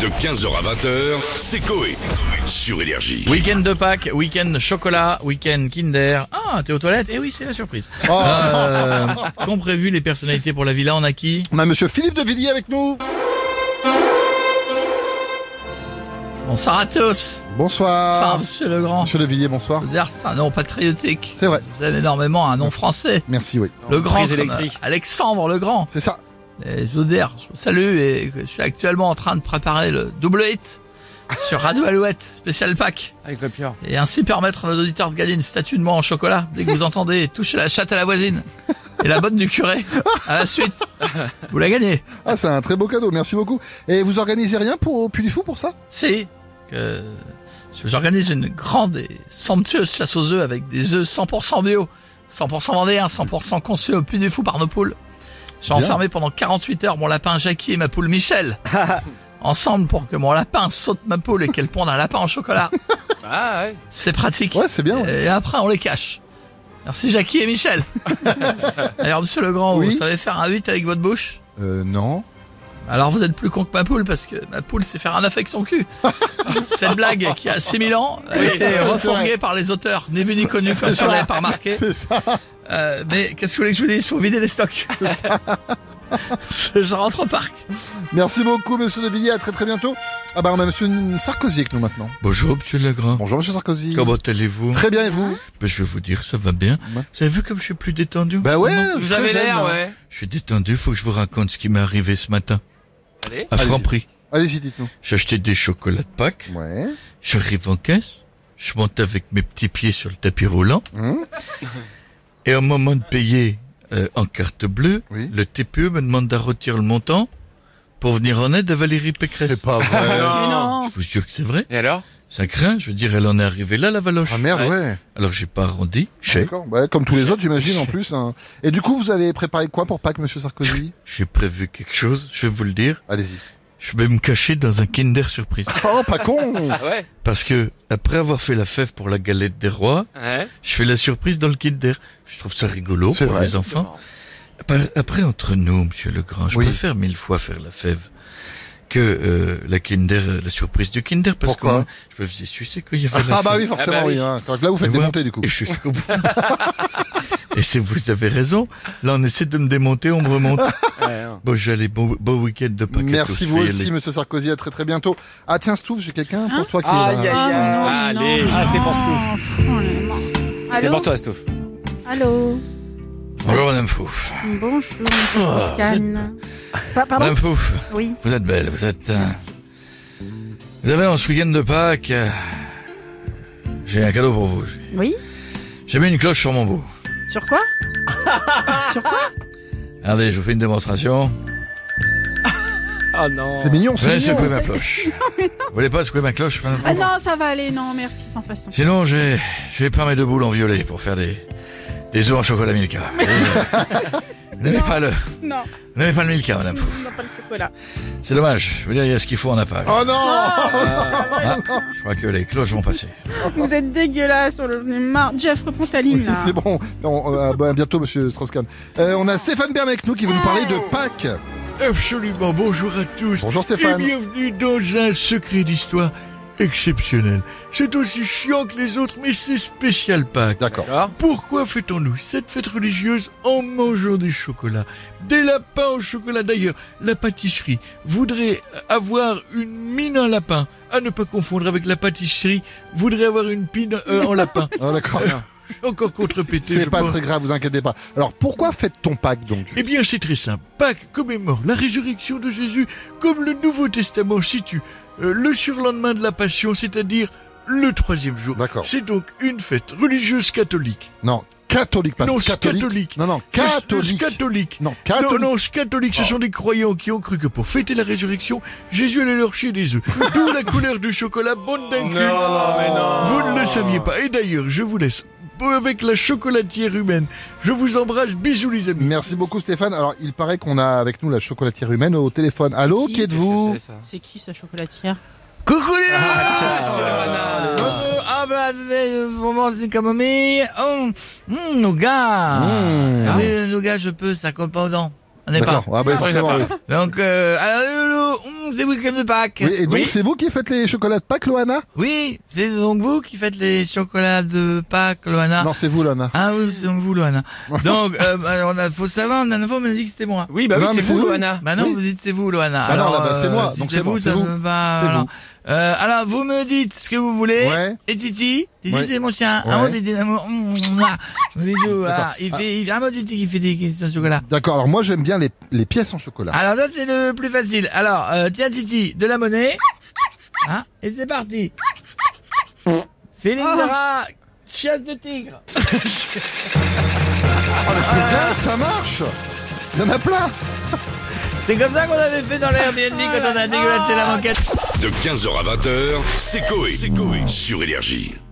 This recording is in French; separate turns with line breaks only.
De 15h à 20h, c'est Coé. Sur Énergie.
Week-end de Pâques, week-end chocolat, week-end Kinder. Ah, t'es aux toilettes Eh oui, c'est la surprise.
Oh. Ah.
Euh, Qu'ont prévu les personnalités pour la villa On a qui
On a monsieur Philippe de Villiers avec nous.
Bonsoir à tous. Bonsoir,
Bonsoir.
Ah, monsieur Legrand.
Ah. Monsieur de Villiers, bonsoir.
D'ailleurs, C'est un nom patriotique.
C'est vrai.
Vous aimez énormément un nom français.
Merci, oui.
Legrand.
prise
comme,
électrique.
euh, Alexandre Legrand.
C'est ça.
Et je vous dis, je vous salue et je suis actuellement en train de préparer le double hit sur Radio Alouette, spécial Pâques.
Avec le pire.
et ainsi permettre à nos auditeurs de gagner une statue de moi en chocolat dès que vous entendez toucher la chatte à la voisine et la botte du curé à la suite. Vous la gagnez.
Ah, c'est un très beau cadeau. Merci beaucoup. Et vous organisez rien pour au Pulifou pour ça
C'est que j'organise une grande et somptueuse chasse aux œufs avec des œufs 100% bio, 100% vendéens, 100% conçus au plus du fou par nos poules. J'ai
Bien.
enfermé pendant 48 heures mon lapin Jackie et ma poule Michel ensemble pour que mon lapin saute ma poule et qu'elle ponde un lapin en chocolat.
Ah ouais.
C'est pratique.
Ouais, c'est bien.
Et après, on les cache. Merci Jackie et Michel. Alors, monsieur Legrand,
Oui.
vous savez faire un 8 avec votre bouche
Euh, non.
Alors, vous êtes plus con que ma poule parce que ma poule sait faire un 9 avec son cul. Cette blague qui a 6000 ans a été
c'est
refourguée
vrai.
par les auteurs, ni vu ni connu, comme si on l'avait pas remarqué.
C'est ça.
Euh, mais qu'est-ce que vous voulez que je vous dise Faut vider les stocks. je rentre au parc.
Merci beaucoup, monsieur de Villiers. À très très bientôt. Ah, bah, on a monsieur Sarkozy avec nous maintenant.
Bonjour, monsieur Legrand.
Bonjour, monsieur Sarkozy.
allez-vous Ben,
Très bien, et vous
Je vais vous dire, ça va bien.
Ouais.
Vous avez vu comme je suis plus détendu
Bah ouais.
Vous
très
avez
zen,
l'air,
hein.
ouais.
Je suis détendu, faut que je vous raconte ce qui m'est arrivé ce matin.
Allez.
À
Allez-y.
Franprix.
Allez-y, dites-nous.
J'achetais des chocolats de Pâques,
Ouais.
j'arrive en caisse, je monte avec mes petits pieds sur le tapis roulant,
Hum.
et au moment de payer euh, en carte bleue,
Oui.
le TPE me demande d'arrotir le montant pour venir en aide à Valérie Pécresse.
C'est pas vrai.
Je vous jure que c'est vrai,
Et alors
ça craint, je veux dire, elle en est arrivée là, la valoche.
Ah merde,
Ouais.
ouais.
Alors j'ai pas arrondi, j'ai,
D'accord. Ouais, comme tous les autres, j'imagine, en plus. hein. Et du coup, vous avez préparé quoi pour Pâques, monsieur Sarkozy
j'ai prévu quelque chose, je vais vous le dire,
Allez-y.
je vais me cacher dans un Kinder Surprise.
Oh, pas con
Ah ouais.
Parce que, après avoir fait la fève pour la galette des rois,
Ouais.
Je fais la surprise dans le Kinder. Je trouve ça rigolo
C'est
pour
vrai.
les enfants. Par- Après, entre nous, Monsieur Legrand, je
Oui.
préfère mille fois faire la fève que euh, la Kinder, euh, la surprise du Kinder, parce que
Pourquoi
je me faisais sucer quand il y avait la
Ah bah
fève.
oui, forcément,
Ah bah oui.
oui. hein. Donc là, vous faites
Et voilà.
démonter, du coup.
Et je suis au bout. Et c'est vous avez raison. Là, on essaie de me démonter, on me remonte.
Ouais, hein. non.
Bon, j'allais beau, beau week-end de Pâques. à tous.
Merci
Je
vous
vais y
aussi,
aller.
monsieur Sarkozy. À très très bientôt. Ah tiens, Stouff, j'ai quelqu'un pour toi qui est là.
Aïe, aïe, aïe.
Ah, mais non, mais
Allez.
non.
Ah, c'est pour Stouff.
Pff, oh là là.
C'est
Allô
pour toi, Stouff.
Allô
Bonjour Madame Fouf.
Bonjour,
Oh, vous
monsieur Scan. Pa- Pardon
Madame Fouf,
Oui.
vous êtes belle. Vous êtes. euh, Vous avez dans ce week-end de Pâques. euh, J'ai un cadeau pour vous.
Oui
J'ai mis une cloche sur mon bout.
Sur quoi Sur quoi
Regardez, je vous fais une démonstration.
Oh non.
C'est mignon,
Vous allez
c'est mignon.
secouer ma cloche. Vous voulez pas secouer ma cloche madame
Ah non, ça va aller, non, merci, sans façon.
Sinon, j'ai, j'ai peint mes deux boules en violet pour faire des, des œufs en chocolat Milka. Et, euh, Vous n'aimez pas le, vous
Non,
n'aimez pas le Milka, madame.
on n'a pas le chocolat.
C'est dommage. Je veux dire, il y a ce qu'il faut, on n'a pas.
Oh non
Ah, je crois que les cloches vont passer.
Vous êtes dégueulasse, sur le marre. Jeff, reprends ta ligne, là.
C'est bon. Non, euh, bah, à bientôt, monsieur Strauss-Kahn. Euh, on a Stéphane Bern avec nous qui va nous parler de Pâques.
Absolument. Bonjour à tous.
Bonjour Stéphane.
Et bienvenue dans un secret d'histoire exceptionnel. C'est aussi chiant que les autres, mais c'est spécial Pâques.
D'accord.
Alors
Pourquoi fêtons-nous cette fête religieuse en mangeant des chocolats Des lapins au chocolat d'ailleurs. La pâtisserie voudrait avoir une mine en lapin, à ne pas confondre avec la pâtisserie, voudrait avoir une pine euh, en lapin.
Ah, D'accord.
Je suis Encore contrepété.
C'est
je
pas
pense.
très grave, vous inquiétez pas. Alors pourquoi fête-t-on Pâques donc
Eh bien, c'est très simple. Pâques commémore la résurrection de Jésus comme le Nouveau Testament situe euh, le surlendemain de la Passion, c'est-à-dire le troisième jour.
D'accord.
C'est donc une fête religieuse catholique.
Non, catholique, pas
Non,
catholique.
catholique.
Non, non,
Catholique.
catholique.
Catholique.
Non, catholique. Ah.
Non, non, c'est catholique, ce sont des croyants qui ont cru que pour fêter la résurrection, Jésus allait leur chier des œufs. D'où la couleur du chocolat, bande
Non,
d'inclus.
non, mais non.
Vous ne le saviez pas. Et d'ailleurs, je vous laisse avec la chocolatière humaine. Je vous embrasse, bisous les amis.
Merci beaucoup Stéphane. Alors il paraît qu'on a avec nous la chocolatière humaine au téléphone. Allô,
Qui
qui êtes-vous
Qu'est-ce que c'est, ça
C'est qui, sa chocolatière
Coucou les
Ah,
nanas
c'est le renard.
Bonjour. Ah bah, euh, vraiment, c'est comme mais... Oh, hum, nougat
Mmh.
Ah oui, le nougat, je peux, ça compte pas aux dents. On n'est pas.
D'accord. Ah, bah, forcément, oui.
Donc, euh, alors, Lolo, hum, c'est le week-end de Pâques.
Oui, Et donc,
Oui.
c'est vous qui faites les chocolats de Pâques, Loana
Oui, c'est donc vous qui faites les chocolats de Pâques, Loana.
Non, c'est vous, Loana.
Ah oui, c'est donc vous, Loana. donc, euh, alors, on a, faut savoir, la dernière fois, on m'a dit que c'était moi.
Oui, bah oui,
Non, mais
c'est
c'est
vous,
nous.
Loana.
Bah non,
Oui.
vous dites c'est vous, Loana.
Bah non,
Alors, euh,
là-bas, c'est moi.
si
Donc c'est moi, c'est
ça
vous.
me va,
C'est
alors.
vous.
Euh, alors, vous me dites ce que vous voulez.
Ouais.
Et Titi, Titi
Ouais.
c'est mon chien. Ah,
Ouais.
Un mot, Titi, un mot. Mouah. Bisous, voilà. Il
Ah.
fait, il fait un mot, Titi qui fait des questions au chocolat.
D'accord, alors moi, j'aime bien les, les pièces en chocolat.
Alors ça, c'est le plus facile. Alors, euh, tiens, Titi, de la monnaie. Hein Et c'est parti. Félindra, chasse de tigre.
Ah, mais c'est dingue, ça marche Il y en a plein
C'est comme ça qu'on avait fait dans l'Airbnb quand on a dégueulassé la banquette.
De 15h à 20h, c'est Coé. Sur Énergie.